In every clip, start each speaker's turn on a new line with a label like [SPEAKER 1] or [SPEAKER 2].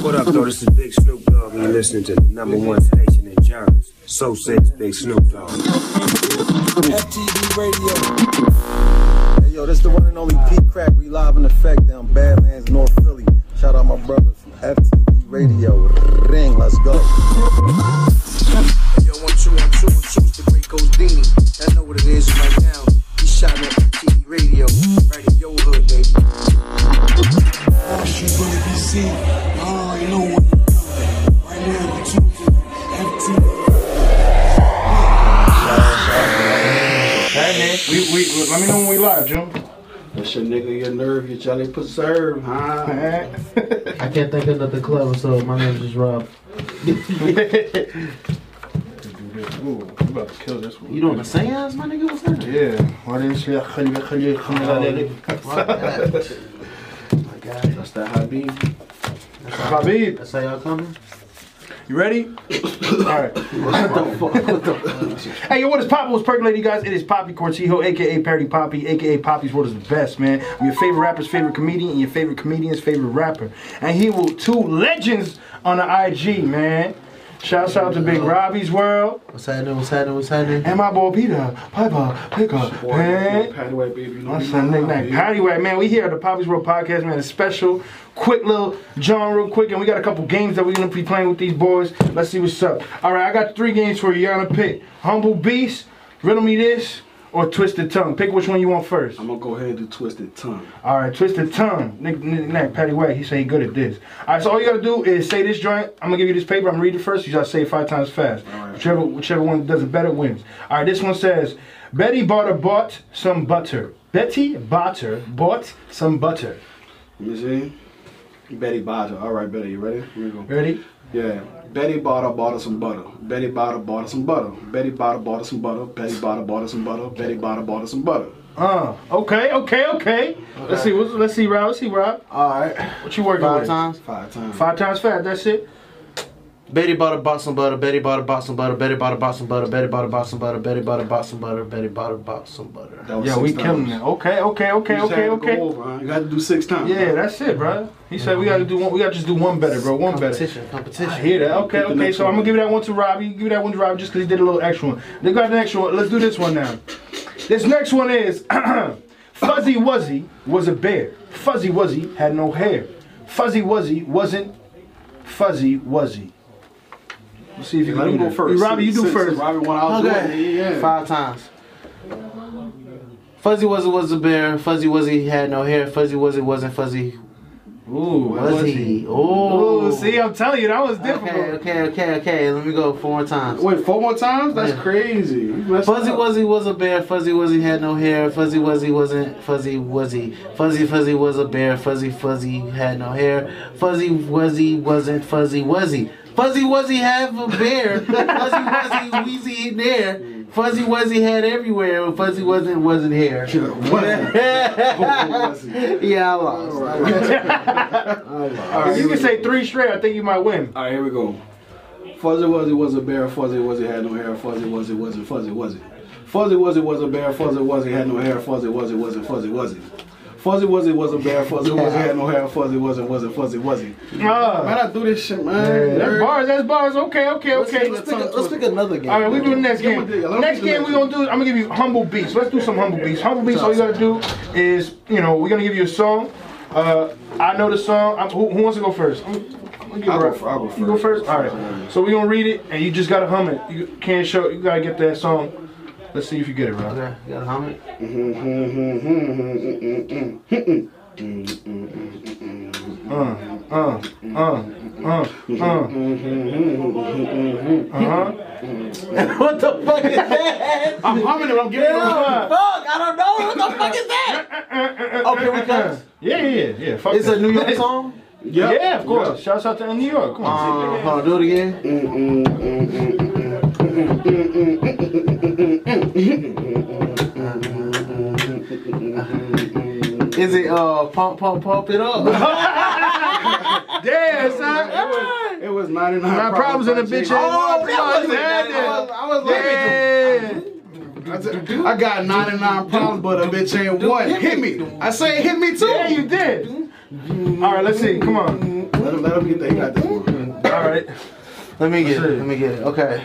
[SPEAKER 1] What up, though? This is Big Snoop Dogg, and you're listening to the number one station in Germans. So says Big Snoop Dogg.
[SPEAKER 2] FTV Radio. Hey, yo, this the one and only Pete Crack. We live in effect down Badlands, North Philly. Shout out my brother from FTV Radio. Ring, let's go.
[SPEAKER 3] Hey, yo, one, two, one, two, one, two. It's the great Goldini. I know what it is right now. He shot me on TV radio. Right in your hood, baby.
[SPEAKER 4] You gonna be seen. I already know what you're doing. Right now, you're choosing FTV.
[SPEAKER 5] Hey man, we, we, we- let me know when we live, Jim.
[SPEAKER 6] That's your nigga, your nerve, your jelly put serve, huh?
[SPEAKER 7] I can't think of nothing clever, so my name is Rob.
[SPEAKER 5] Ooh, we about to kill this one.
[SPEAKER 7] You doing a seance, my nigga? What's that?
[SPEAKER 5] Yeah. Why didn't you Khalil Khalil Khalil
[SPEAKER 7] my God.
[SPEAKER 6] That's that hot beam.
[SPEAKER 5] Habib?
[SPEAKER 7] That's how y'all coming?
[SPEAKER 5] You ready? Alright. Hey, yo, what is poppin'? What's percolating, you guys? It is Poppy Cortijo, aka Parody Poppy, aka Poppy's World is the best, man. I'm your favorite rapper's favorite comedian and your favorite comedian's favorite rapper. And he will two legends on the IG, man. Shouts out to Big Robbie's World
[SPEAKER 7] What's happening? What's happening? What's happening?
[SPEAKER 5] and my boy Peter Piper Picker, man.
[SPEAKER 6] Padway, baby. You know
[SPEAKER 5] That's
[SPEAKER 6] me.
[SPEAKER 5] a nickname.
[SPEAKER 6] Baby.
[SPEAKER 5] Patty Whack, man. We here at the Poppy's World Podcast, man. A special, quick little John, real quick, and we got a couple games that we're gonna be playing with these boys. Let's see what's up. All right, I got three games for you. You're gonna pick Humble Beast, Riddle Me This, or Twisted Tongue. Pick which one you want first.
[SPEAKER 6] I'm gonna go ahead and do Twisted Tongue.
[SPEAKER 5] All right, Twisted Tongue. Nick, Nick, Nick Patty Whack, he say he good at this. All right, so all you gotta do is say this joint. I'm gonna give you this paper. I'm gonna read it first. You gotta say it five times fast.
[SPEAKER 6] right.
[SPEAKER 5] Whichever whichever one does it better wins. All right, this one says, Betty bought a bought some butter. Betty Botter bought some butter.
[SPEAKER 6] Let me see. Betty Bodger. All right, Betty, you ready? Here we go.
[SPEAKER 5] Ready?
[SPEAKER 6] Yeah. Betty bought her, bought her some butter. Betty bought her, bought her some butter. Betty bought her, bought her some butter. Betty bought her, bought her some butter. Betty bought her, bought her some butter.
[SPEAKER 5] Uh, okay, okay, okay. Let's see, what's- let's see, Rob. Let's see, Rob.
[SPEAKER 6] All right.
[SPEAKER 5] What you working
[SPEAKER 7] Five
[SPEAKER 5] with?
[SPEAKER 7] times.
[SPEAKER 6] Five times.
[SPEAKER 5] Five times fast. That's it.
[SPEAKER 7] Betty bought a box some butter. Betty bought a box some butter. Betty bought a box some butter. Betty bought a box some butter. Betty bought a box some butter. Betty bought a box some butter.
[SPEAKER 6] That was
[SPEAKER 5] Yeah,
[SPEAKER 6] six
[SPEAKER 5] we
[SPEAKER 6] times.
[SPEAKER 5] killing it. Okay, okay,
[SPEAKER 6] You
[SPEAKER 5] okay,
[SPEAKER 6] just
[SPEAKER 5] okay,
[SPEAKER 6] had to
[SPEAKER 5] okay.
[SPEAKER 6] Go over, huh? You got to do six times.
[SPEAKER 5] Yeah,
[SPEAKER 6] huh?
[SPEAKER 5] that's it, bro. He said we gotta do one. We gotta just do one better, bro. One better.
[SPEAKER 7] Competition.
[SPEAKER 5] I
[SPEAKER 7] Competition.
[SPEAKER 5] hear that. Okay,
[SPEAKER 6] the
[SPEAKER 5] okay.
[SPEAKER 6] next
[SPEAKER 5] So I'm
[SPEAKER 6] one.
[SPEAKER 5] gonna give that one to Robbie. Give that one to Robbie just because he did a little extra one. They got the next one. Let's do this one now. This next one is Fuzzy Wuzzy was a bear. Fuzzy Wuzzy had no hair. Fuzzy Wuzzy wasn't Fuzzy Wuzzy. Let's see if you
[SPEAKER 6] Let
[SPEAKER 5] can
[SPEAKER 6] him
[SPEAKER 5] do
[SPEAKER 6] go
[SPEAKER 5] that.
[SPEAKER 6] first.
[SPEAKER 5] Robbie, you do
[SPEAKER 6] Since- since
[SPEAKER 5] first.
[SPEAKER 6] Robbie, one out.
[SPEAKER 7] Okay.
[SPEAKER 6] Yeah. yeah.
[SPEAKER 7] Five times. Fuzzy Wuzzy was a bear. Fuzzy Wuzzy had no hair. Fuzzy Wuzzy wasn't fuzzy.
[SPEAKER 5] Ooh,
[SPEAKER 7] Wuzzy.
[SPEAKER 5] Ooh,
[SPEAKER 7] Oh.
[SPEAKER 5] see, I'm telling you, that was difficult.
[SPEAKER 7] Okay, okay, okay, okay. Let me go four more times.
[SPEAKER 6] Wait, four more times? That's
[SPEAKER 7] Yeah.
[SPEAKER 6] crazy. You messed
[SPEAKER 7] Fuzzy
[SPEAKER 6] up.
[SPEAKER 7] Wuzzy was a bear. Fuzzy Wuzzy had no hair. Fuzzy Wuzzy wasn't Fuzzy Wuzzy. Fuzzy Fuzzy was a bear. Fuzzy Fuzzy had no hair. Fuzzy Wuzzy wasn't Fuzzy Wuzzy. Fuzzy Wuzzy had a bear. Fuzzy Wuzzy wheezy in there. Fuzzy Wuzzy had everywhere. Fuzzy wasn't wasn't here. yeah, I lost.
[SPEAKER 6] All
[SPEAKER 5] If you
[SPEAKER 6] right,
[SPEAKER 5] can say three straight, I think you might win.
[SPEAKER 6] all right, here we go. Fuzzy Wuzzy was a bear. Fuzzy Wuzzy had no hair. Fuzzy Wuzzy wasn't Fuzzy Wuzzy. Fuzzy Wuzzy was a bear. Fuzzy Wuzzy had no hair. Fuzzy Wuzzy wasn't Fuzzy Wuzzy. Fuzzy Wuzzy was a bear. Fuzzy Wuzzy had no hair. Fuzzy Wuzzy wasn't Fuzzy Wuzzy.
[SPEAKER 5] Ah,
[SPEAKER 6] Man, I do this shit, man.
[SPEAKER 5] that's bars, that's bars. Okay, okay, okay.
[SPEAKER 7] Let's pick, a- let's pick another game.
[SPEAKER 5] All right, we do the next
[SPEAKER 6] Yeah,
[SPEAKER 5] game.
[SPEAKER 6] we did. Let me
[SPEAKER 5] Next
[SPEAKER 6] do the
[SPEAKER 5] game
[SPEAKER 6] next
[SPEAKER 5] we're gonna do is I'm gonna give you humble beats. Let's do some humble beats. Humble beats. All you gotta do is you know we're gonna give you a song. Uh, I know the song. I'm, who, who wants to go first? I'm, I'm gonna give
[SPEAKER 6] I'll
[SPEAKER 5] her-
[SPEAKER 6] go fir- I'll go
[SPEAKER 5] You go
[SPEAKER 6] first.
[SPEAKER 5] first. All right. So we're gonna read it, and you just gotta hum it. You can't show. You gotta get that song. Let's see if you get it, Rob.
[SPEAKER 7] Okay, you got a helmet?
[SPEAKER 5] Uh, uh, uh, uh, uh. Uh huh.
[SPEAKER 7] what the fuck is that?
[SPEAKER 5] I'm humming it. I'm giving it a
[SPEAKER 7] Fuck,
[SPEAKER 5] vibe.
[SPEAKER 7] I don't know. What the fuck is that? Okay, we got
[SPEAKER 5] Yeah, yeah, yeah, yeah. Fuck
[SPEAKER 7] It's
[SPEAKER 5] that.
[SPEAKER 7] a New York song?
[SPEAKER 5] Yeah, of course. Shouts out to New York. Come on.
[SPEAKER 6] Um,
[SPEAKER 7] Uh, hold on, do it again. Is it uh pump pump pump it up?
[SPEAKER 5] Yeah, son.
[SPEAKER 6] It was 99
[SPEAKER 5] My problems in the
[SPEAKER 6] by
[SPEAKER 5] bitch.
[SPEAKER 6] Jay.
[SPEAKER 5] Oh,
[SPEAKER 7] that
[SPEAKER 5] you
[SPEAKER 7] wasn't
[SPEAKER 5] had
[SPEAKER 7] that. I was-
[SPEAKER 5] that.
[SPEAKER 7] I was like-
[SPEAKER 5] Yeah.
[SPEAKER 6] I got 99 problems, but a bitch ain't one. Hit me. I say hit me too.
[SPEAKER 5] Yeah, you did. All right, let's see. Come on.
[SPEAKER 6] Let him, let him get that. He got this one.
[SPEAKER 5] All right.
[SPEAKER 7] Let me get
[SPEAKER 5] Let's
[SPEAKER 7] it.
[SPEAKER 5] see.
[SPEAKER 7] Let me get it. Okay.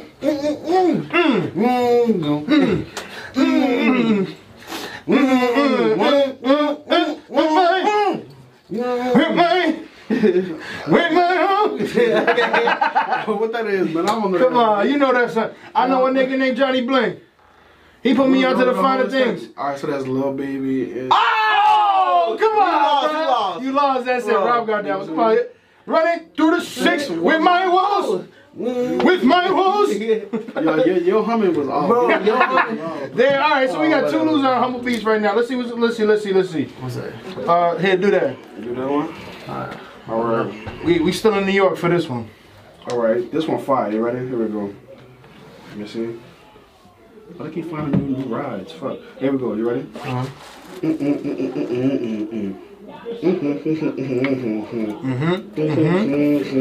[SPEAKER 5] With my, with my
[SPEAKER 6] what that is, man? I don't know.
[SPEAKER 5] Come on, you know that son. I know a nigga named Johnny Bling. He put me onto the finer things. Ah!
[SPEAKER 6] All right, so that's Lil Baby. And
[SPEAKER 5] Oh, come
[SPEAKER 6] lost, you
[SPEAKER 5] on,
[SPEAKER 6] lost.
[SPEAKER 5] bro. you lost. That's it. Rob got that one. Come on. Running through the six with my walls. With my walls.
[SPEAKER 6] Yo, your, your humming was off. Bro, your humming was off.
[SPEAKER 5] There. All right. So we got two losers on Humble Beats right now. Let's see. What's, let's see. Let's see. Let's see.
[SPEAKER 7] What's that?
[SPEAKER 5] Uh, here, do that.
[SPEAKER 6] Do that one. All right.
[SPEAKER 5] We we still in New York for this one.
[SPEAKER 6] All right. This one fire. You ready? Here we go. Let me see. But I keep finding new, new rides. Fuck. Here we go. You ready? Mm-hmm.
[SPEAKER 5] Mm-hmm.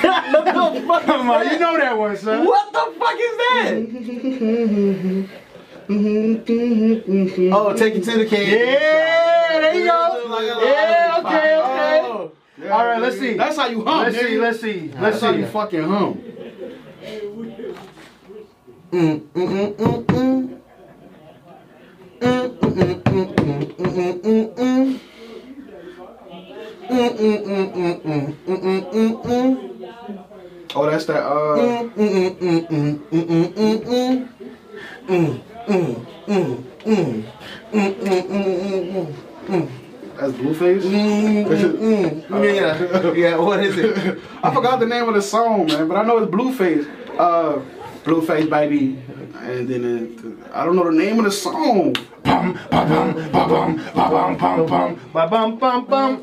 [SPEAKER 5] Come on, you know that one, son.
[SPEAKER 7] What the fuck is that? oh, take it to the cage.
[SPEAKER 5] Yeah, there you go. Yeah, okay, okay.
[SPEAKER 7] Oh.
[SPEAKER 5] All right, let's see.
[SPEAKER 6] That's how you hum.
[SPEAKER 5] Let's see.
[SPEAKER 6] nigga.
[SPEAKER 5] Let's see. Let's
[SPEAKER 6] That's how
[SPEAKER 5] see.
[SPEAKER 6] you fucking hum. Oh, that's that.
[SPEAKER 7] Mm,
[SPEAKER 6] Uh,
[SPEAKER 7] mm,
[SPEAKER 6] that's Blueface.
[SPEAKER 7] mm,
[SPEAKER 6] Uh,
[SPEAKER 7] Yeah, yeah. What is it?
[SPEAKER 6] I forgot the name of the song, man, but I know it's Blueface. Uh, Blueface, baby. And then uh, I don't know the name of the song,
[SPEAKER 5] Ba bum bum bum.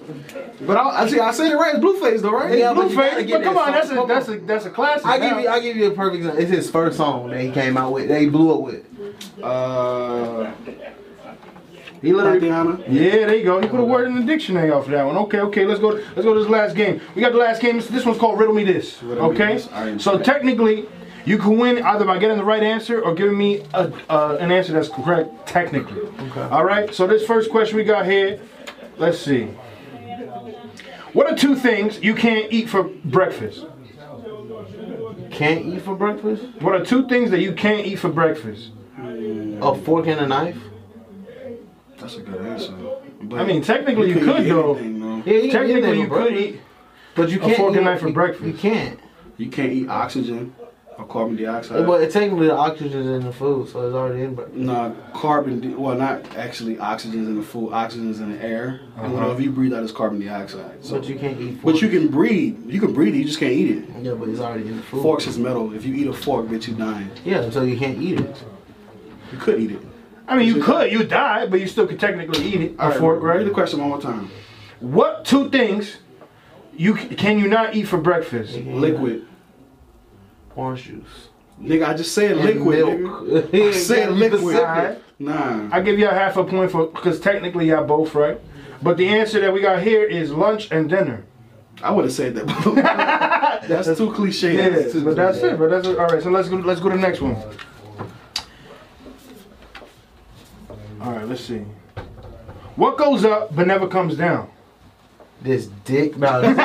[SPEAKER 6] but I, I see. I said it right. It's Blueface, though, right?
[SPEAKER 7] Yeah, but you gotta
[SPEAKER 5] Blueface,
[SPEAKER 7] get
[SPEAKER 5] but come
[SPEAKER 7] that
[SPEAKER 5] on, that's
[SPEAKER 7] song.
[SPEAKER 5] a
[SPEAKER 7] Come
[SPEAKER 5] that's a that's a classic.
[SPEAKER 7] I give you, I give you a perfect example. It's his first song that he came out with. They blew up with.
[SPEAKER 6] Uh,
[SPEAKER 5] He literally.
[SPEAKER 6] Tatiana.
[SPEAKER 5] Yeah, there you go. He put a word in the dictionary off of that one. Okay, okay. Let's go. Let's go to this last game. We got the last game. This one's called Riddle Me This.
[SPEAKER 6] Riddle Me
[SPEAKER 5] Okay.
[SPEAKER 6] This. I am
[SPEAKER 5] So
[SPEAKER 6] correct.
[SPEAKER 5] technically, you can win either by getting the right answer or giving me a, uh, an answer that's correct technically. Okay. All right. So this first question we got here. Let's see. What are two things you can't eat for breakfast?
[SPEAKER 7] Can't eat for breakfast?
[SPEAKER 5] What are two things that you can't eat for breakfast?
[SPEAKER 7] A fork and a knife?
[SPEAKER 6] That's a good answer. But
[SPEAKER 5] I mean, technically you
[SPEAKER 6] couldn't
[SPEAKER 5] could
[SPEAKER 6] eat
[SPEAKER 5] though.
[SPEAKER 6] anything, though.
[SPEAKER 7] Yeah, you can get that for
[SPEAKER 5] Technically you could
[SPEAKER 7] breakfast.
[SPEAKER 5] eat.
[SPEAKER 7] But you can't
[SPEAKER 5] fork and
[SPEAKER 7] eat-
[SPEAKER 5] knife for
[SPEAKER 7] you-
[SPEAKER 5] breakfast.
[SPEAKER 7] You can't.
[SPEAKER 6] You can't eat oxygen or carbon dioxide.
[SPEAKER 7] But it technically the oxygen's in the food, so it's already in breakfast.
[SPEAKER 6] Nah, carbon. Di- well, not actually. Oxygen's in the food. Oxygen's in the air. And whatever you breathe out is carbon dioxide. So,
[SPEAKER 7] But you can't eat.
[SPEAKER 6] but
[SPEAKER 7] fork.
[SPEAKER 6] you can breathe. You can breathe. it, You just can't eat it.
[SPEAKER 7] Yeah, but it's already in the food.
[SPEAKER 6] Forks is metal. If you eat a fork, bitch, you dying.
[SPEAKER 7] Yeah, so you can't eat it.
[SPEAKER 6] You could eat it.
[SPEAKER 5] I mean, you could, you die, but you still could technically eat it. A fork,
[SPEAKER 6] Read
[SPEAKER 5] right?
[SPEAKER 6] the question one more time.
[SPEAKER 5] What two things you c- can you not eat for breakfast?
[SPEAKER 6] Liquid.
[SPEAKER 7] Orange juice.
[SPEAKER 6] Nigga, I just said liquid. nigga.
[SPEAKER 7] Milk.
[SPEAKER 6] I said liquid.
[SPEAKER 5] specific.
[SPEAKER 6] Nah.
[SPEAKER 5] I give y'all half a point for because technically y'all both right, but the answer that we got here is lunch and dinner.
[SPEAKER 6] I would have said that. that's too cliche.
[SPEAKER 5] Yeah,
[SPEAKER 6] That's too
[SPEAKER 5] but that's
[SPEAKER 6] cliche.
[SPEAKER 5] it. But that's it. all right. So let's go. Let's go to the next one. All right. Let's see. What goes up but never comes down?
[SPEAKER 7] This dick. No, it's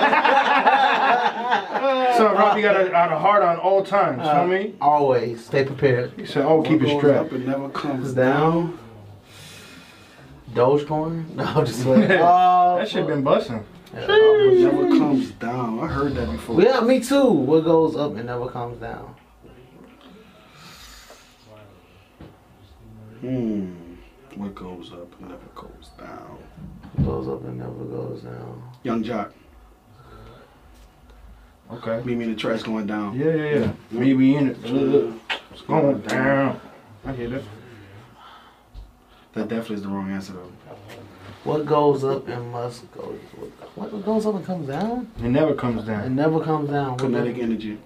[SPEAKER 5] So Robbie got a, got a heart on all times. You know
[SPEAKER 7] uh,
[SPEAKER 5] what I mean?
[SPEAKER 7] always stay prepared.
[SPEAKER 5] He said, "Oh, keep it
[SPEAKER 6] Goes
[SPEAKER 5] strapped."
[SPEAKER 6] up and never comes down.
[SPEAKER 7] Down. Dogecoin? No, I'm just playing. Oh,
[SPEAKER 5] That shit been busting.
[SPEAKER 6] It never comes down. I heard that before.
[SPEAKER 7] Yeah, me too. What goes up and never comes down.
[SPEAKER 6] Hmm. What goes up and never goes down.
[SPEAKER 7] What goes up and never goes down.
[SPEAKER 6] Young Jock.
[SPEAKER 5] Okay.
[SPEAKER 6] Meet me in the trash going down.
[SPEAKER 5] Yeah, yeah, yeah. We be in it. It's going down. I hear that.
[SPEAKER 6] That definitely is the wrong answer though.
[SPEAKER 7] What goes up and must go. What goes up and comes down?
[SPEAKER 5] It never comes
[SPEAKER 7] It
[SPEAKER 5] down.
[SPEAKER 7] never comes down. What,
[SPEAKER 6] Kinetic energy.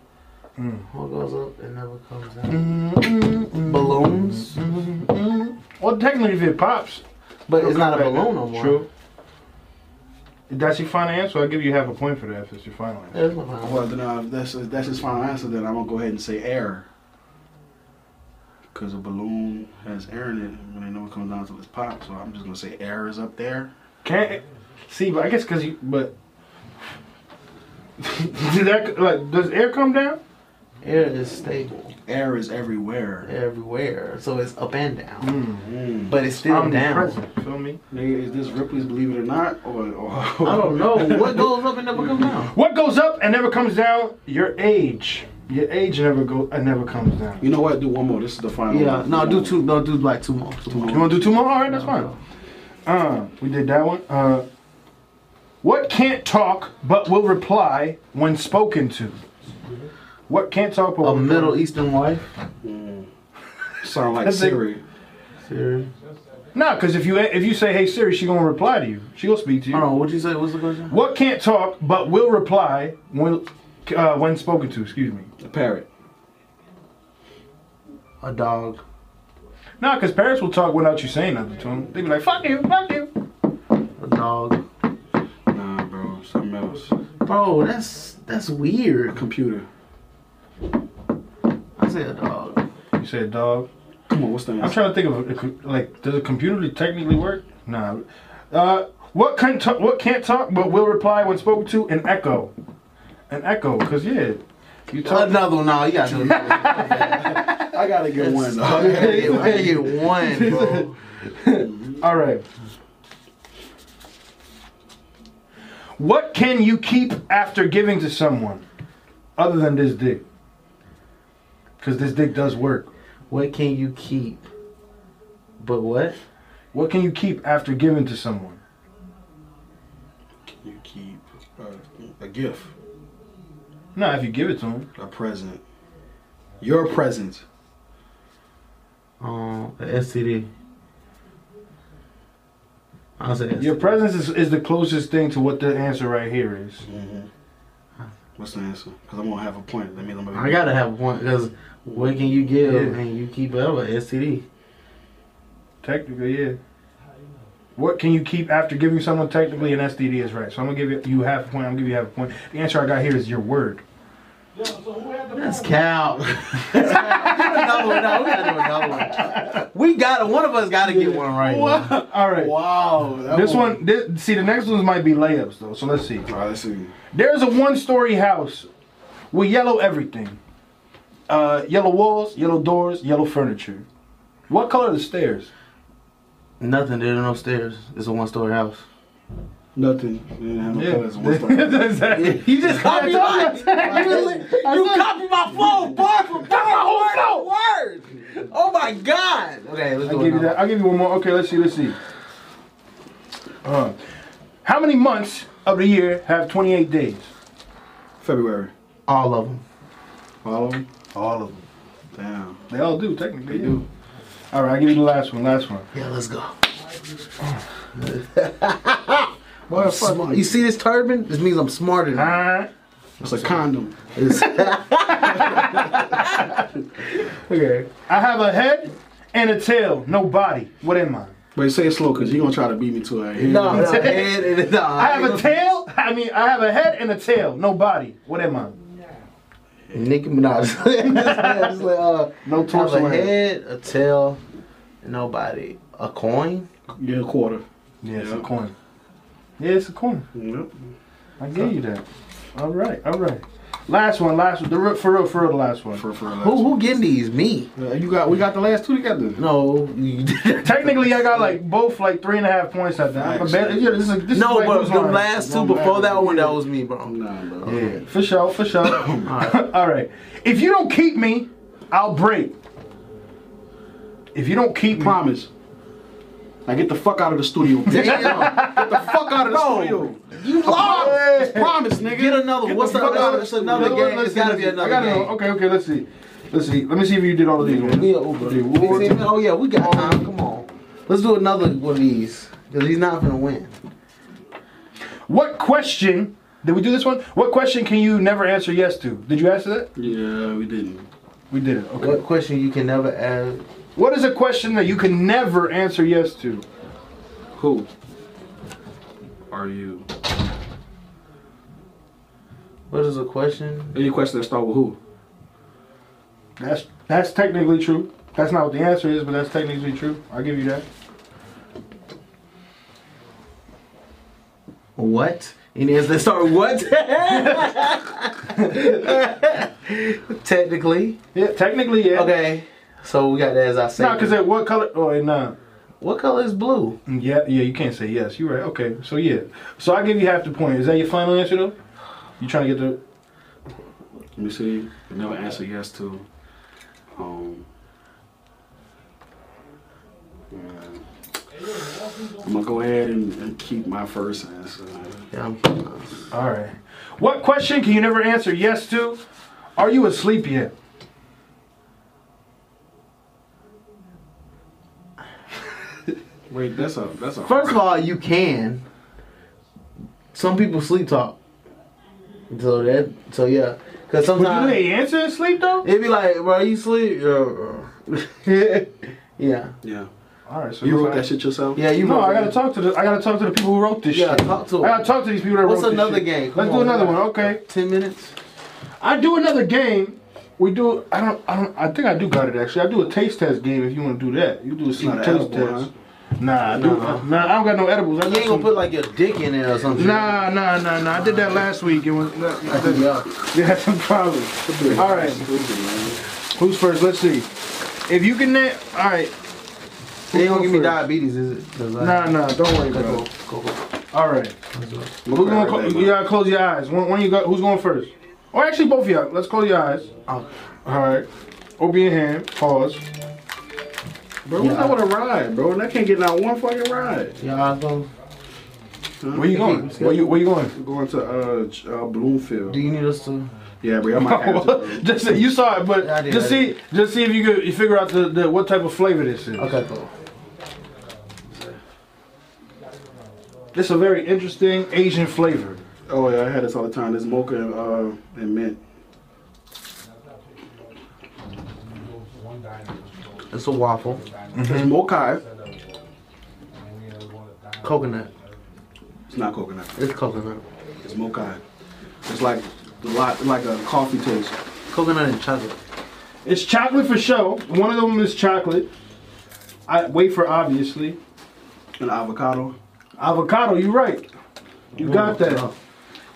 [SPEAKER 5] Mm.
[SPEAKER 7] what goes up and never comes down? Balloons,
[SPEAKER 5] Mm, Well, technically, if it pops,
[SPEAKER 7] but it's not a
[SPEAKER 5] Back
[SPEAKER 7] balloon
[SPEAKER 5] up.
[SPEAKER 7] no more.
[SPEAKER 5] True. That's your final answer. I'll give you half a point for that if it's your final answer.
[SPEAKER 7] There's no balloon.
[SPEAKER 6] Well, then uh, if that's if that's his final answer. Then I'm gonna go ahead and say air, because a balloon has air in it, and they know it comes down to its pop. So I'm just gonna say air is up there.
[SPEAKER 5] Can't see, but I guess because you, but Did that like does air come down?
[SPEAKER 7] Air is stable
[SPEAKER 6] Air is everywhere.
[SPEAKER 7] everywhere, so it's up and down,
[SPEAKER 6] Mm.
[SPEAKER 7] but it's still down.
[SPEAKER 5] Omnipresent, Feel me?
[SPEAKER 6] Nigga, is this Ripley's Believe It or Not? Or, or
[SPEAKER 7] I don't know what goes up and never comes down.
[SPEAKER 5] What goes up and never comes down? Your age. Your age never go and never comes down.
[SPEAKER 6] You know what? Do one more. This is the final.
[SPEAKER 7] Yeah,
[SPEAKER 6] one.
[SPEAKER 7] no, do two, no, do like two more. Two more.
[SPEAKER 5] You want to do two more? All right, that's fine. Uh, we did that one. Uh, what can't talk but will reply when spoken to? What can't talk but
[SPEAKER 7] A
[SPEAKER 5] will
[SPEAKER 7] Middle Eastern wife.
[SPEAKER 6] Sound like
[SPEAKER 5] That's it.
[SPEAKER 6] Siri.
[SPEAKER 7] Siri.
[SPEAKER 5] No, because if you if you say "Hey Siri," she gonna reply to you. She gonna speak to you.
[SPEAKER 7] Hold on, what'd you say? What's the question?
[SPEAKER 5] What can't talk but will reply when uh, when spoken to? Excuse me.
[SPEAKER 6] A parrot.
[SPEAKER 7] A dog.
[SPEAKER 5] No, because parents will talk without you saying nothing to them. They be like, "Fuck you, fuck you."
[SPEAKER 7] A dog.
[SPEAKER 6] Nah, bro. Something else.
[SPEAKER 7] Bro, that's that's weird.
[SPEAKER 6] Computer.
[SPEAKER 7] I say a dog.
[SPEAKER 5] You said dog.
[SPEAKER 6] Come on. What's the
[SPEAKER 5] I'm
[SPEAKER 6] answer?
[SPEAKER 5] trying to think of a, co- like, does a computer technically work? Nah. Uh, what can talk? What can't talk but will reply when spoken to? An echo. An echo. Cause yeah, you talk.
[SPEAKER 7] Another one. No, you gotta do another
[SPEAKER 6] I gotta get one. dog.
[SPEAKER 7] one. I gotta get one, bro.
[SPEAKER 5] All right. What can you keep after giving to someone other than this dick? Because this dick does work.
[SPEAKER 7] What can you keep? But what?
[SPEAKER 5] What can you keep after giving to someone?
[SPEAKER 6] You keep uh, a gift,
[SPEAKER 5] No, if you give it to them.
[SPEAKER 6] a present, your present.
[SPEAKER 7] Um, a STD. I'll say STD.
[SPEAKER 5] Your presence is, is the closest thing to what the answer right here is.
[SPEAKER 6] What's the answer? Because I'm gonna have a point. That means I'm gonna.
[SPEAKER 7] I gotta have one because what can you give
[SPEAKER 5] Yeah.
[SPEAKER 7] and you keep up a STD?
[SPEAKER 5] Technically, yeah. What can you keep after giving someone technically an STD is right. So I'm gonna give you, you half a point. I'm gonna give you half a point. The answer I got here is your word.
[SPEAKER 7] That's cow. another one. No, we gotta do another one. We gotta. One of us gotta get one right. Now.
[SPEAKER 5] All right.
[SPEAKER 6] Wow. that
[SPEAKER 5] This one, this, see, the next ones might be layups though. So let's see.
[SPEAKER 6] All right. Let's see.
[SPEAKER 5] There's a one-story house with yellow everything, uh, yellow walls, yellow doors, yellow furniture. What color are the stairs?
[SPEAKER 7] Nothing. There are no stairs. It's a one-story house.
[SPEAKER 6] Nothing. We didn't have no colors. What's the-
[SPEAKER 5] Exactly.
[SPEAKER 7] You just copied my. You copied my flow, bar for bar, word for word. Oh my god. Okay, let's
[SPEAKER 5] I'll
[SPEAKER 7] do
[SPEAKER 5] give you
[SPEAKER 7] another.
[SPEAKER 5] that. I'll give you one more. Okay, let's see. Let's see. Uh, how many months of the year have 28 days?
[SPEAKER 6] February.
[SPEAKER 7] All of them.
[SPEAKER 6] All of them.
[SPEAKER 5] All of them.
[SPEAKER 6] Damn.
[SPEAKER 5] They all do technically. They do. All right, I'll give you the last one. Last one.
[SPEAKER 7] Yeah, let's go.
[SPEAKER 6] Boy,
[SPEAKER 7] Smart. You see this turban? This means I'm smarter. Than you.
[SPEAKER 5] Uh,
[SPEAKER 6] It's a condom.
[SPEAKER 5] okay. I have a head and a tail, no body. What am I?
[SPEAKER 6] Wait, say it slow, cause you're gonna try to beat me to it.
[SPEAKER 7] No, no, and, and, no.
[SPEAKER 5] I have a tail. I mean, I have a head and a tail, no body. What am I?
[SPEAKER 7] Nicki Minaj. It's like, uh,
[SPEAKER 5] No torso
[SPEAKER 7] Have a
[SPEAKER 5] and-
[SPEAKER 7] head, a tail, nobody. A coin?
[SPEAKER 6] Yeah, quarter.
[SPEAKER 5] Yeah, it's a
[SPEAKER 6] Yeah.
[SPEAKER 5] coin. Yeah, it's a coin.
[SPEAKER 6] Yep.
[SPEAKER 5] I gave you that. All right, all right. Last one, last one. The real, for real, for real, the last one.
[SPEAKER 6] For for the last
[SPEAKER 7] Who who getting these? Me?
[SPEAKER 6] one. Uh, you got. We got the last two together.
[SPEAKER 7] No, you
[SPEAKER 5] Technically, I got like both like three and a half points at that.
[SPEAKER 6] Nice.
[SPEAKER 5] Yeah, this is, this
[SPEAKER 7] no,
[SPEAKER 5] is like
[SPEAKER 7] but
[SPEAKER 5] who's
[SPEAKER 7] the
[SPEAKER 5] line.
[SPEAKER 7] last two before that one, that was me, bro.
[SPEAKER 6] Nah, bro.
[SPEAKER 5] Yeah, for sure, for sure. all, right. If you don't keep me, I'll break. If you don't keep me,
[SPEAKER 6] Promise. Now get the fuck out of the studio. bitch.
[SPEAKER 7] Damn,
[SPEAKER 6] Get the fuck out of the
[SPEAKER 7] Bro.
[SPEAKER 6] studio.
[SPEAKER 7] you lost.
[SPEAKER 6] Oh!
[SPEAKER 5] Hey.
[SPEAKER 6] Promise, nigga.
[SPEAKER 7] Get another. What's the
[SPEAKER 5] Fuck out
[SPEAKER 7] other?
[SPEAKER 5] of
[SPEAKER 7] It's
[SPEAKER 5] the-
[SPEAKER 7] another
[SPEAKER 5] one,
[SPEAKER 7] game.
[SPEAKER 5] let's see,
[SPEAKER 7] It's gotta
[SPEAKER 5] let's
[SPEAKER 7] be
[SPEAKER 5] see. I
[SPEAKER 7] another
[SPEAKER 5] gotta know.
[SPEAKER 7] game.
[SPEAKER 5] Okay, okay, let's see. Let's see. Let me see if you did all of these ones.
[SPEAKER 7] We a Uber.
[SPEAKER 5] Okay,
[SPEAKER 7] Oh yeah, we got time. Come on, let's do another one of these. Because he's not gonna win.
[SPEAKER 5] What question? Did we do this one? What question can you never answer yes to? Did you answer that?
[SPEAKER 6] Yeah, we didn't.
[SPEAKER 5] We did it. Okay.
[SPEAKER 7] What question you can never ask?
[SPEAKER 5] What is a question that you can never answer yes to?
[SPEAKER 6] Who are you?
[SPEAKER 7] What is a question?
[SPEAKER 6] Any question that start with who?
[SPEAKER 5] That's that's technically true. That's not what the answer is, but that's technically true. I'll give you that.
[SPEAKER 7] What? Any answer that start with what? Technically.
[SPEAKER 5] Yeah, technically, yeah.
[SPEAKER 7] Okay. So we got that as I say.
[SPEAKER 5] No, because what color? Oh, and nah.
[SPEAKER 7] what color is blue?
[SPEAKER 5] Yeah, yeah, you can't say yes. You're right. Okay, so yeah. So I give you half the point. Is that your final answer though? You trying to get the?
[SPEAKER 6] Let me see. I never answer yes to. Um. man. I'm gonna go ahead and, and keep my first answer.
[SPEAKER 7] Yeah. I'm-
[SPEAKER 5] All right. What question can you never answer yes to? Are you asleep yet?
[SPEAKER 6] Wait, that's a that's a
[SPEAKER 7] First of all, you can. Some people sleep talk. So that. So yeah. Because
[SPEAKER 5] But do
[SPEAKER 7] sometimes
[SPEAKER 5] they answer asleep though?
[SPEAKER 7] it'd be like, bro, you sleep. Yeah. yeah.
[SPEAKER 6] Yeah,
[SPEAKER 5] All right. So
[SPEAKER 6] you
[SPEAKER 5] it's
[SPEAKER 6] wrote
[SPEAKER 5] like-
[SPEAKER 6] that shit yourself.
[SPEAKER 7] Yeah. You.
[SPEAKER 5] No,
[SPEAKER 7] wrote
[SPEAKER 5] I gotta
[SPEAKER 7] that.
[SPEAKER 5] talk to the I gotta talk to the people who wrote this
[SPEAKER 7] Yeah.
[SPEAKER 5] shit.
[SPEAKER 7] Talk to
[SPEAKER 5] I gotta
[SPEAKER 7] him.
[SPEAKER 5] talk to these people that
[SPEAKER 7] What's
[SPEAKER 5] wrote this
[SPEAKER 7] another
[SPEAKER 5] shit.
[SPEAKER 7] game? Come
[SPEAKER 5] Let's do
[SPEAKER 7] on,
[SPEAKER 5] another
[SPEAKER 7] man.
[SPEAKER 5] one. Okay.
[SPEAKER 7] Ten minutes.
[SPEAKER 5] I do another game. We do. I don't. I don't. I think I do got it actually. I do a taste test game if you want to do that. You do a sleep
[SPEAKER 6] not
[SPEAKER 5] taste
[SPEAKER 6] edible,
[SPEAKER 5] test. Nah, I do. Nah, I don't got no edibles. I
[SPEAKER 7] You
[SPEAKER 5] got
[SPEAKER 7] ain't gonna
[SPEAKER 5] some-
[SPEAKER 7] put like your dick in there or something.
[SPEAKER 5] Nah, nah, nah, nah. I did that last week. It was.
[SPEAKER 7] Yeah.
[SPEAKER 5] We had some problems. All right. Who's first? Let's see. If you can, na- all right.
[SPEAKER 7] They ain't gonna give me
[SPEAKER 5] Who go
[SPEAKER 7] diabetes, is it? 'Cause I-
[SPEAKER 5] Nah, nah. Don't worry, bro.
[SPEAKER 7] Go, go, go.
[SPEAKER 5] All right.
[SPEAKER 6] Who's
[SPEAKER 5] Who's going? Cl- you gotta close your eyes. One, one you got. Who's going first? Or actually, both of y'all. Let's close your eyes.
[SPEAKER 7] Oh.
[SPEAKER 5] All right. Obi and hand. Pause.
[SPEAKER 6] Bro, we not with a ride, bro, and I can't get not one fucking ride.
[SPEAKER 7] Y'all go.
[SPEAKER 5] Where you going? Where you Where you going?
[SPEAKER 6] I'm going to uh, Ch- uh Bloomfield.
[SPEAKER 7] Do you need us to?
[SPEAKER 6] yeah, bro, I might have to. bro.
[SPEAKER 5] just see- you saw it, but
[SPEAKER 7] Yeah, I did,
[SPEAKER 5] just
[SPEAKER 7] I
[SPEAKER 5] see, just see if you could you figure out the, the what type of flavor this is.
[SPEAKER 7] Okay, cool.
[SPEAKER 5] This is a very interesting Asian flavor.
[SPEAKER 6] Oh yeah, I had this all the time. This mocha and, uh, and mint.
[SPEAKER 7] It's a waffle,
[SPEAKER 6] It's
[SPEAKER 5] Mm-hmm.
[SPEAKER 6] mocha.
[SPEAKER 7] coconut.
[SPEAKER 6] It's not coconut.
[SPEAKER 7] It's coconut.
[SPEAKER 6] It's mocha. It's like the lot, like a coffee taste.
[SPEAKER 7] Coconut and chocolate.
[SPEAKER 5] It's chocolate for show. One of them is chocolate. I, wafer, obviously.
[SPEAKER 6] An avocado.
[SPEAKER 5] Avocado. You right. You got that.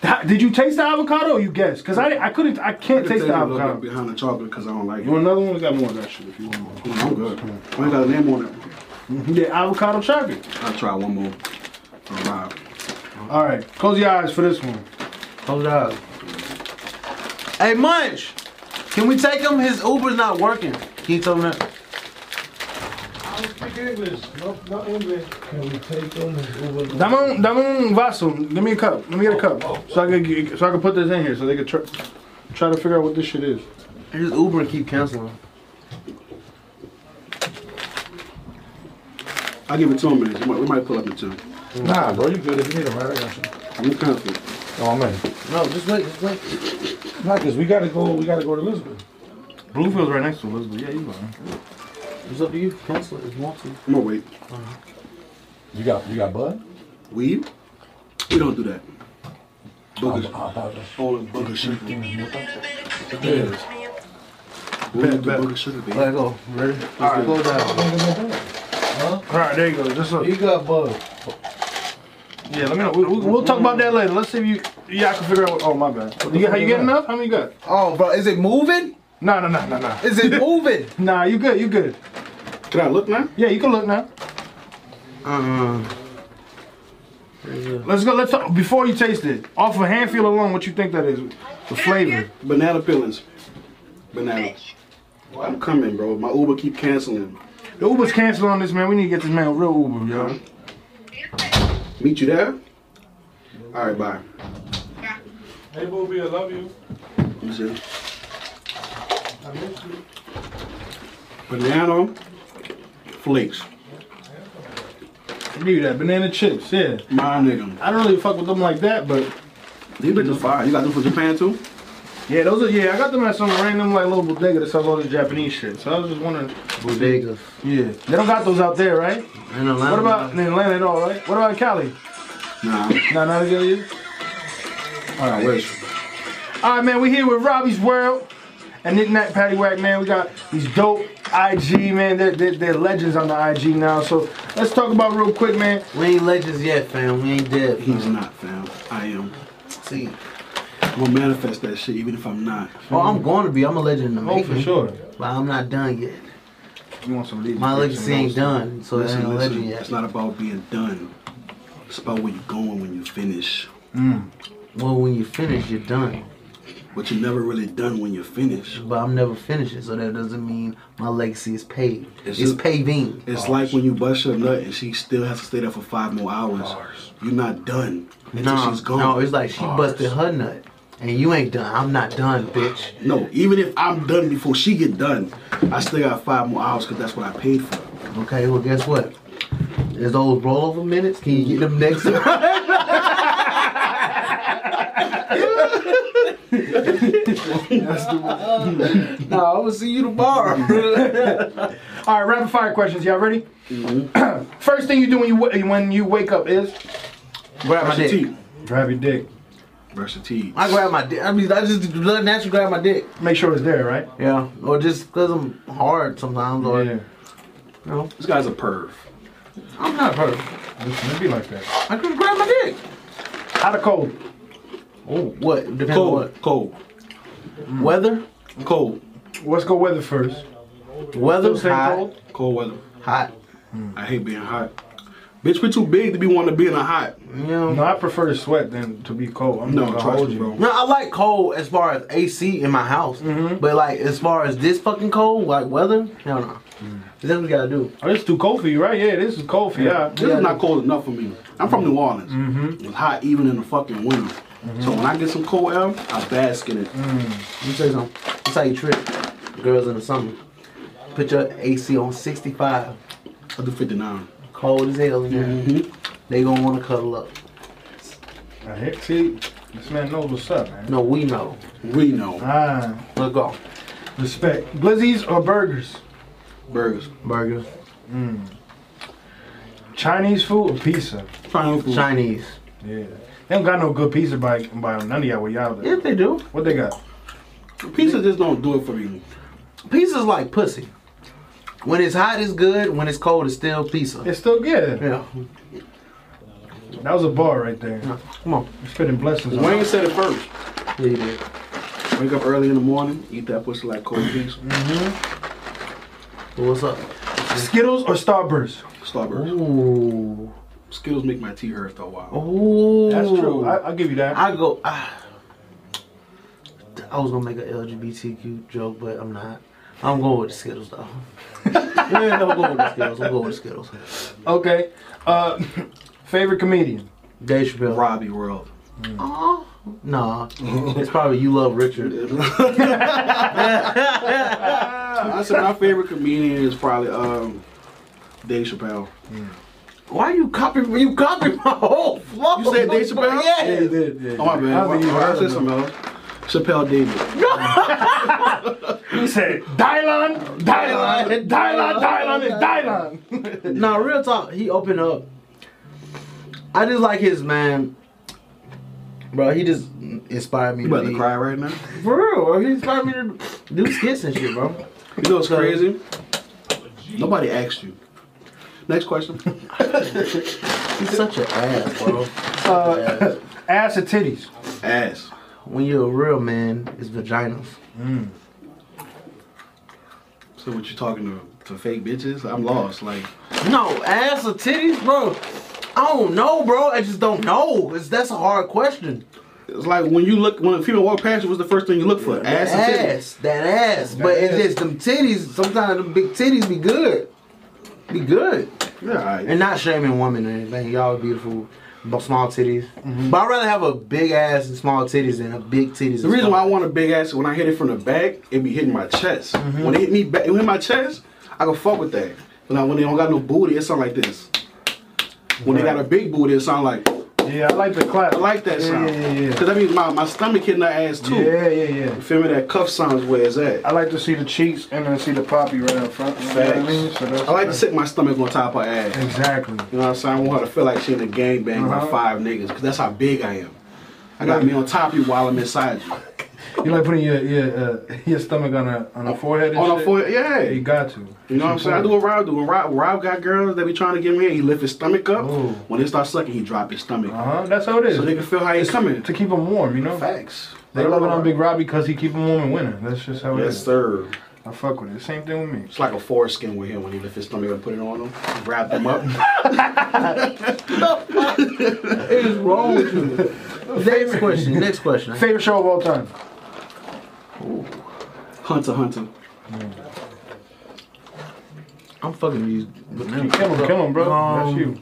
[SPEAKER 5] Ha- Did you taste the avocado? or You guessed? Cause I, I couldn't. I can't taste the
[SPEAKER 6] Take a little bit
[SPEAKER 5] avocado.
[SPEAKER 6] behind the chocolate because I don't like
[SPEAKER 5] You
[SPEAKER 6] it.
[SPEAKER 5] want another one? We got more of that shit if you want more.
[SPEAKER 6] Mm, I'm good. I ain't got a name on it.
[SPEAKER 5] Yeah, avocado chocolate.
[SPEAKER 6] I'll try one more. All right.
[SPEAKER 5] All right, close your eyes for this one.
[SPEAKER 7] Hold up. Hey, Munch, can we take him? His Uber's not working. Can you tell him that?
[SPEAKER 5] Dame un, dame un vaso. Give me a cup. Let me get a cup. So I can get, so I can put this in here so they can try, try to figure out what this shit is.
[SPEAKER 7] His Uber keep canceling.
[SPEAKER 6] I'll give it two minutes. We might, we might pull up in two.
[SPEAKER 8] Nah, bro, you good. If you need a ride, I got you.
[SPEAKER 6] I'm confident.
[SPEAKER 8] Oh, I'm in.
[SPEAKER 7] No, just wait, just wait.
[SPEAKER 8] Nah, cause we gotta go. We gotta go to Lisbon.
[SPEAKER 5] Bluefield's right next to Elizabeth. Yeah, you right.
[SPEAKER 7] It's up to you. Cancel it if you want to.
[SPEAKER 6] I'm gonna wait.
[SPEAKER 8] You got you got Bud.
[SPEAKER 6] We? We don't do that. Boogers.
[SPEAKER 8] Oh, about that.
[SPEAKER 6] All the booger sugar.
[SPEAKER 8] Yeah.
[SPEAKER 6] We don't do booger sugar, baby.
[SPEAKER 7] Let go. Ready? All right, go down.
[SPEAKER 5] All right, there you go. Just look.
[SPEAKER 8] You got Bud.
[SPEAKER 5] Yeah, let me know. We, we, we'll talk about that later. Let's see if you y'all can figure out. What, oh my bad. You, got- how you getting enough? How many you got?
[SPEAKER 7] Oh, bro, is it moving?
[SPEAKER 5] Nah, nah, nah, nah, nah.
[SPEAKER 7] Is it moving?
[SPEAKER 5] Nah, you good. You good.
[SPEAKER 6] Can I look now?
[SPEAKER 5] Yeah, you can look now.
[SPEAKER 7] Uh,
[SPEAKER 5] Let's go. Let's talk before you taste it. Off of hand feel alone, what you think that is? The flavor.
[SPEAKER 6] Banana peelings. Banana. I'm coming, bro. My Uber keep canceling.
[SPEAKER 5] The Uber's canceled on this man. We need to get this man a real Uber, yo.
[SPEAKER 6] Meet you there? All right, bye.
[SPEAKER 8] Hey, Booby, I love you.
[SPEAKER 6] You see? Banana flakes.
[SPEAKER 5] Give you that banana chips, yeah.
[SPEAKER 6] My nigga.
[SPEAKER 5] I don't really fuck with them like that, but
[SPEAKER 6] These bitches fire. You got them from Japan too?
[SPEAKER 5] yeah, those are yeah. I got them at some random like little bodega that sells all this Japanese shit. So I was just wondering.
[SPEAKER 7] Bodega.
[SPEAKER 5] Yeah, they don't got those out there, right?
[SPEAKER 7] In Atlanta.
[SPEAKER 5] What about in Atlanta at all, right? What about in Cali?
[SPEAKER 6] Nah.
[SPEAKER 5] Nah, not again. You?
[SPEAKER 6] All right, wait.
[SPEAKER 5] All right, man, we here with Robbie's World and Nick Nack Patty Whack, man. We got these dope IG, man. They're, they're, they're legends on the IG now. So let's talk about real quick, man.
[SPEAKER 7] We ain't legends yet, fam. We ain't dead.
[SPEAKER 6] He's not, fam. I am.
[SPEAKER 7] See.
[SPEAKER 6] I'm gonna manifest that shit even if I'm not.
[SPEAKER 7] Oh, I'm going to be. I'm a legend in the
[SPEAKER 5] Oh,
[SPEAKER 7] making.
[SPEAKER 5] for sure.
[SPEAKER 7] But I'm not done yet.
[SPEAKER 5] You want some leads?
[SPEAKER 7] My legacy ain't done, so I ain't
[SPEAKER 6] Listen,
[SPEAKER 7] a legend
[SPEAKER 6] listen.
[SPEAKER 7] yet.
[SPEAKER 6] It's not about being done. It's about where you're going when you finish.
[SPEAKER 7] Well, when you finish, you're done.
[SPEAKER 6] But you're never really done when you're finished.
[SPEAKER 7] But I'm never finishing, so that doesn't mean my legacy is paved.
[SPEAKER 6] It's
[SPEAKER 7] It's,
[SPEAKER 6] a-
[SPEAKER 7] paving.
[SPEAKER 6] It's like when you bust your nut and she still has to stay there for five more hours. You're not done until
[SPEAKER 7] No,
[SPEAKER 6] she's gone.
[SPEAKER 7] no, it's like she busted her nut, and you ain't done. I'm not done, bitch.
[SPEAKER 6] No, even if I'm done before she get done, I still got five more hours because that's what I paid for.
[SPEAKER 7] Okay, well, guess what? There's those rollover minutes. Can you get them next? Round? no, I'm gonna see you tomorrow.
[SPEAKER 5] All right, rapid fire questions. Y'all ready?
[SPEAKER 7] Mm-hmm.
[SPEAKER 5] First thing you do when you wa- when you wake up is
[SPEAKER 7] grab my
[SPEAKER 6] Brush your
[SPEAKER 7] dick.
[SPEAKER 6] teeth.
[SPEAKER 5] grab your dick.
[SPEAKER 6] Brush your teeth.
[SPEAKER 7] I grab my dick. I mean, I just naturally grab my dick.
[SPEAKER 5] Make sure it's there, right?
[SPEAKER 7] Yeah, or just because I'm hard sometimes, or
[SPEAKER 5] Yeah.
[SPEAKER 7] you know,
[SPEAKER 6] This guy's a perv.
[SPEAKER 7] I'm not hurt.
[SPEAKER 5] It be like that.
[SPEAKER 7] I just grab my dick.
[SPEAKER 5] Hot or cold?
[SPEAKER 7] Oh, what? Depends on
[SPEAKER 6] Cold,
[SPEAKER 7] what
[SPEAKER 6] cold,
[SPEAKER 7] weather.
[SPEAKER 6] cold,
[SPEAKER 5] Let's go weather first.
[SPEAKER 7] Weather
[SPEAKER 5] Same
[SPEAKER 7] hot,
[SPEAKER 5] cold?
[SPEAKER 6] cold weather.
[SPEAKER 7] hot.
[SPEAKER 6] I hate being hot. Bitch, we too big to be wanting to be in a hot.
[SPEAKER 7] You know.
[SPEAKER 5] No, I prefer to sweat than to be cold. I'm
[SPEAKER 6] No,
[SPEAKER 5] not gonna
[SPEAKER 6] trust
[SPEAKER 5] hold
[SPEAKER 6] me,
[SPEAKER 5] you.
[SPEAKER 6] bro.
[SPEAKER 7] No, I like cold as far as AC in my house, but like as far as this fucking cold, like weather, hell no. That's what we gotta do.
[SPEAKER 5] Oh, this is too cold for you, right? Yeah, this is cold for y'all.
[SPEAKER 6] This is not cold enough for me. I'm from New Orleans.
[SPEAKER 7] Mm-hmm.
[SPEAKER 6] It was hot even in the fucking winter. So when I get some cold air, I bask in it.
[SPEAKER 7] Mm. Let me tell you something. That's how you trick girls in the summer. Put your AC on 65,
[SPEAKER 6] I do 59.
[SPEAKER 7] cold as hell in there.
[SPEAKER 6] Mm-hmm.
[SPEAKER 7] They gonna wanna cuddle up.
[SPEAKER 5] I hear, see, this man knows what's up, man.
[SPEAKER 7] No, we know.
[SPEAKER 6] We know.
[SPEAKER 5] Ah,
[SPEAKER 7] Let's go.
[SPEAKER 5] respect. Glizzies or burgers?
[SPEAKER 6] Burgers.
[SPEAKER 7] Burgers.
[SPEAKER 5] Chinese food or pizza?
[SPEAKER 6] Pineapple.
[SPEAKER 7] Chinese.
[SPEAKER 5] Yeah. They don't got no good pizza by, by none of y'all where y'all
[SPEAKER 7] Yeah,
[SPEAKER 5] live.
[SPEAKER 7] they do.
[SPEAKER 5] What they got?
[SPEAKER 6] Pizza just don't do it for me.
[SPEAKER 7] Pizza's like pussy. When it's hot, it's good. When it's cold, it's still pizza.
[SPEAKER 5] It's still good.
[SPEAKER 7] Yeah.
[SPEAKER 5] That was a bar right there.
[SPEAKER 7] Come on.
[SPEAKER 5] You're spitting blessings on
[SPEAKER 6] Wayne
[SPEAKER 5] it.
[SPEAKER 6] said it first.
[SPEAKER 7] Yeah, you did.
[SPEAKER 6] Wake up early in the morning, eat that pussy like cold pizza.
[SPEAKER 7] So what's up?
[SPEAKER 5] Skittles or Starburst?
[SPEAKER 6] Starburst.
[SPEAKER 7] Ooh.
[SPEAKER 6] Skittles make my teeth hurt after a while.
[SPEAKER 7] Ooh.
[SPEAKER 5] That's true. I, I'll give you that.
[SPEAKER 7] I go. Ah. I was gonna make an LGBTQ joke, but I'm not. I'm going with the Skittles though. yeah, I'm going with the Skittles. I'm going with the Skittles.
[SPEAKER 5] okay. Uh, favorite comedian?
[SPEAKER 7] Dave Chappelle.
[SPEAKER 6] Robbie World.
[SPEAKER 7] Aw. Nah, it's probably you love Richard.
[SPEAKER 6] I said my favorite comedian is probably um, Dave Chappelle.
[SPEAKER 7] Why you copying? You copied my whole flow.
[SPEAKER 6] You said Dave Chappelle?
[SPEAKER 7] Yeah.
[SPEAKER 5] you did. Yeah,
[SPEAKER 6] Oh my bad.
[SPEAKER 5] I think you
[SPEAKER 6] Why- I
[SPEAKER 5] heard
[SPEAKER 6] said
[SPEAKER 5] him.
[SPEAKER 6] something else. Chappelle David.
[SPEAKER 5] He said, Dylon, Dylon, Dylon, Dylon, and Dylon.
[SPEAKER 7] No, real talk. He opened up. I just like his man, bro. He just inspired me.
[SPEAKER 6] You about
[SPEAKER 7] to
[SPEAKER 6] to
[SPEAKER 7] be-
[SPEAKER 6] cry right now?
[SPEAKER 7] For real, bro. he inspired me to do skits and shit, bro.
[SPEAKER 6] You know what's
[SPEAKER 7] So-
[SPEAKER 6] crazy? Nobody asked you. Next question.
[SPEAKER 7] He's such an ass, bro. Such an ass.
[SPEAKER 5] Ass or titties?
[SPEAKER 6] Ass.
[SPEAKER 7] When you're a real man, it's vaginas.
[SPEAKER 6] So what you talking to? To fake bitches? I'm lost. Like
[SPEAKER 7] No, ass or titties, bro. I don't know, bro. I just don't know. It's, that's a hard question.
[SPEAKER 6] it's like when you look when a female walk past you, what's the first thing you look for? Ass. and titty.
[SPEAKER 7] ass, that ass. But it's just them titties. Sometimes them big titties be good. Be good.
[SPEAKER 6] Yeah, all right.
[SPEAKER 7] And not shaming women or anything. Y'all are beautiful. But small titties. But I'd rather have a big ass and small titties than a big titties.
[SPEAKER 6] The reason why I want a big ass when I hit it from the back, it be hitting my chest.
[SPEAKER 5] Mm-hmm.
[SPEAKER 6] When it hit me back, it hit my chest, I can fuck with that. But now when they don't got no booty, it sound like this. When they got a big booty, it sound like
[SPEAKER 5] Yeah, I like the clap.
[SPEAKER 6] I like that
[SPEAKER 5] yeah,
[SPEAKER 6] sound.
[SPEAKER 5] Yeah, yeah, yeah.
[SPEAKER 6] Cause that means my, my stomach hitting her ass too.
[SPEAKER 5] Yeah, yeah, yeah.
[SPEAKER 6] You feel me? That cuff sounds where it's at.
[SPEAKER 5] I like to see the cheeks and then see the poppy right up front. You know what I
[SPEAKER 6] Facts.
[SPEAKER 5] mean? So that's
[SPEAKER 6] I like to sit my stomach on top of her ass.
[SPEAKER 5] Exactly.
[SPEAKER 6] You know what I'm saying? I want her to feel like she in a gang bang
[SPEAKER 5] Uh-huh.
[SPEAKER 6] by five niggas, cause that's how big I am. I got me on top of you while I'm inside you.
[SPEAKER 5] You like putting your your, uh, your stomach on a on a forehead and
[SPEAKER 6] On a
[SPEAKER 5] shit?
[SPEAKER 6] foot, yeah.
[SPEAKER 5] You got to.
[SPEAKER 6] You know what I'm saying? I do what Rob do. When Rob, when Rob got girls that be trying to get me in, he lift his stomach up.
[SPEAKER 5] Ooh.
[SPEAKER 6] When they start sucking, he drop his stomach.
[SPEAKER 5] Uh huh. That's how it is.
[SPEAKER 6] So they can feel how he's coming.
[SPEAKER 5] to keep them warm, you know.
[SPEAKER 6] Facts.
[SPEAKER 5] They
[SPEAKER 6] Let
[SPEAKER 5] love it
[SPEAKER 6] her
[SPEAKER 5] on
[SPEAKER 6] rock.
[SPEAKER 5] Big Rob because he keep them warm in winter. That's just how it is.
[SPEAKER 6] Yes, sir.
[SPEAKER 5] I fuck with it. Same thing with me.
[SPEAKER 6] It's like a foreskin with him when he lift his stomach and put it on him, wrap them up.
[SPEAKER 7] What's wrong with you? Next question. Next question.
[SPEAKER 5] Favorite show of all time.
[SPEAKER 6] Hunter, Hunter.
[SPEAKER 7] I'm fucking you. with them.
[SPEAKER 5] Kill him, kill him, bro.
[SPEAKER 7] Um,
[SPEAKER 5] That's you.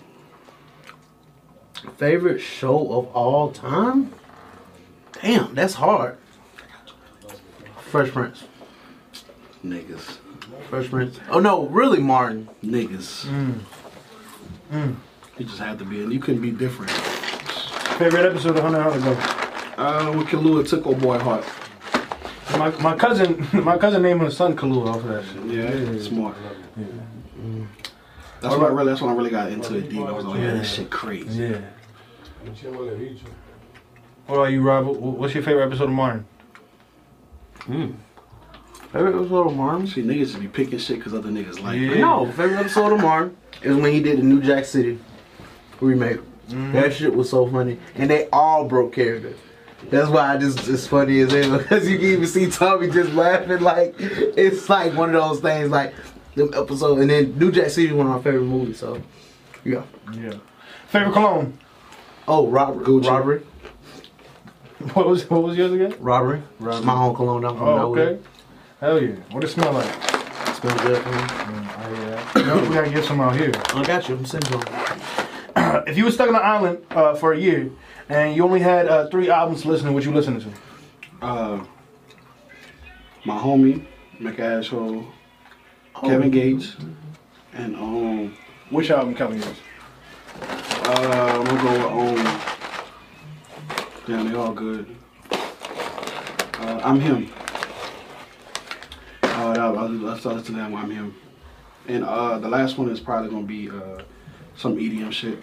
[SPEAKER 7] Favorite show of all time? Damn, that's hard. Fresh Prince.
[SPEAKER 6] Niggas.
[SPEAKER 7] Fresh Prince. Oh no, really Martin.
[SPEAKER 6] Niggas.
[SPEAKER 5] Mm.
[SPEAKER 6] You just had to be, and you couldn't be different.
[SPEAKER 5] Favorite episode of Hunter Hunter. Go.
[SPEAKER 6] Uh, when Kalua took old boy heart.
[SPEAKER 5] My, my cousin, my cousin named his son Kalua off of that shit.
[SPEAKER 6] Yeah, smart. That's what I really. That's what I really got into it deep. I was like, yeah, this shit crazy.
[SPEAKER 5] Yeah. What about you, Rob? Wh- wh- What's your favorite episode of Martin?
[SPEAKER 7] Favorite episode of Martin?
[SPEAKER 6] See, niggas just be picking shit because other niggas like. it.
[SPEAKER 5] Yeah.
[SPEAKER 7] No, favorite episode of Martin is when he did the New Jack City remake. That shit was so funny, and they all broke character. That's why I just it's funny as hell because you can even see Tommy just laughing like it's like one of those things like them episode, and then New Jack City is one of my favorite movies. So yeah.
[SPEAKER 5] Yeah. Favorite cologne.
[SPEAKER 7] Oh, robbery, robbery,
[SPEAKER 5] What was what was yours again?
[SPEAKER 7] robbery. It's my home cologne. I'm from
[SPEAKER 5] Oh,
[SPEAKER 7] Nowhere.
[SPEAKER 5] okay. Hell yeah. What it smell like?
[SPEAKER 7] It smells good. for me.
[SPEAKER 5] Oh, yeah. No, we gotta get some out here.
[SPEAKER 7] I got you. I'm sending you. one.
[SPEAKER 5] Uh, If you were stuck on an island uh, for a year and you only had uh, three albums listening, what you listening to?
[SPEAKER 6] Uh, my homie, McAsshole, Kevin Gates, and um,
[SPEAKER 5] Which album coming is?
[SPEAKER 6] uh, I'm gonna go with um. Damn, they all good. Uh, I'm him. Uh, that, I, I started to them. I'm him. And uh, the last one is probably gonna be uh, some EDM shit.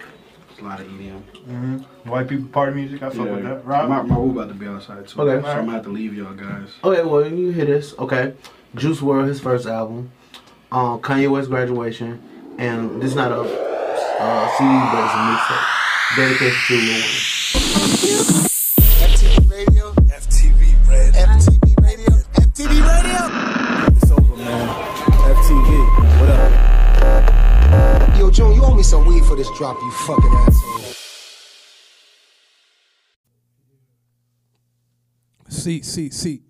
[SPEAKER 6] It's a lot of E EDM.
[SPEAKER 5] White people party music. I fuck with that. Rob?
[SPEAKER 6] My, my room about to be outside too.
[SPEAKER 7] Okay.
[SPEAKER 6] So I'm gonna have to leave y'all guys.
[SPEAKER 7] Okay, well you hear this. Okay, Juice World, his first album, um, Kanye West graduation, and this is not a uh, CD, but it's a mixtape dedicated to Lil Wayne.
[SPEAKER 3] FTV Radio.
[SPEAKER 4] FTV, bread.
[SPEAKER 3] FTV Radio. FTV Radio.
[SPEAKER 2] It's over, man. FTV, what up?
[SPEAKER 3] Yo, June, you owe me some weed for this drop, you fucking asshole.
[SPEAKER 4] See, see, see.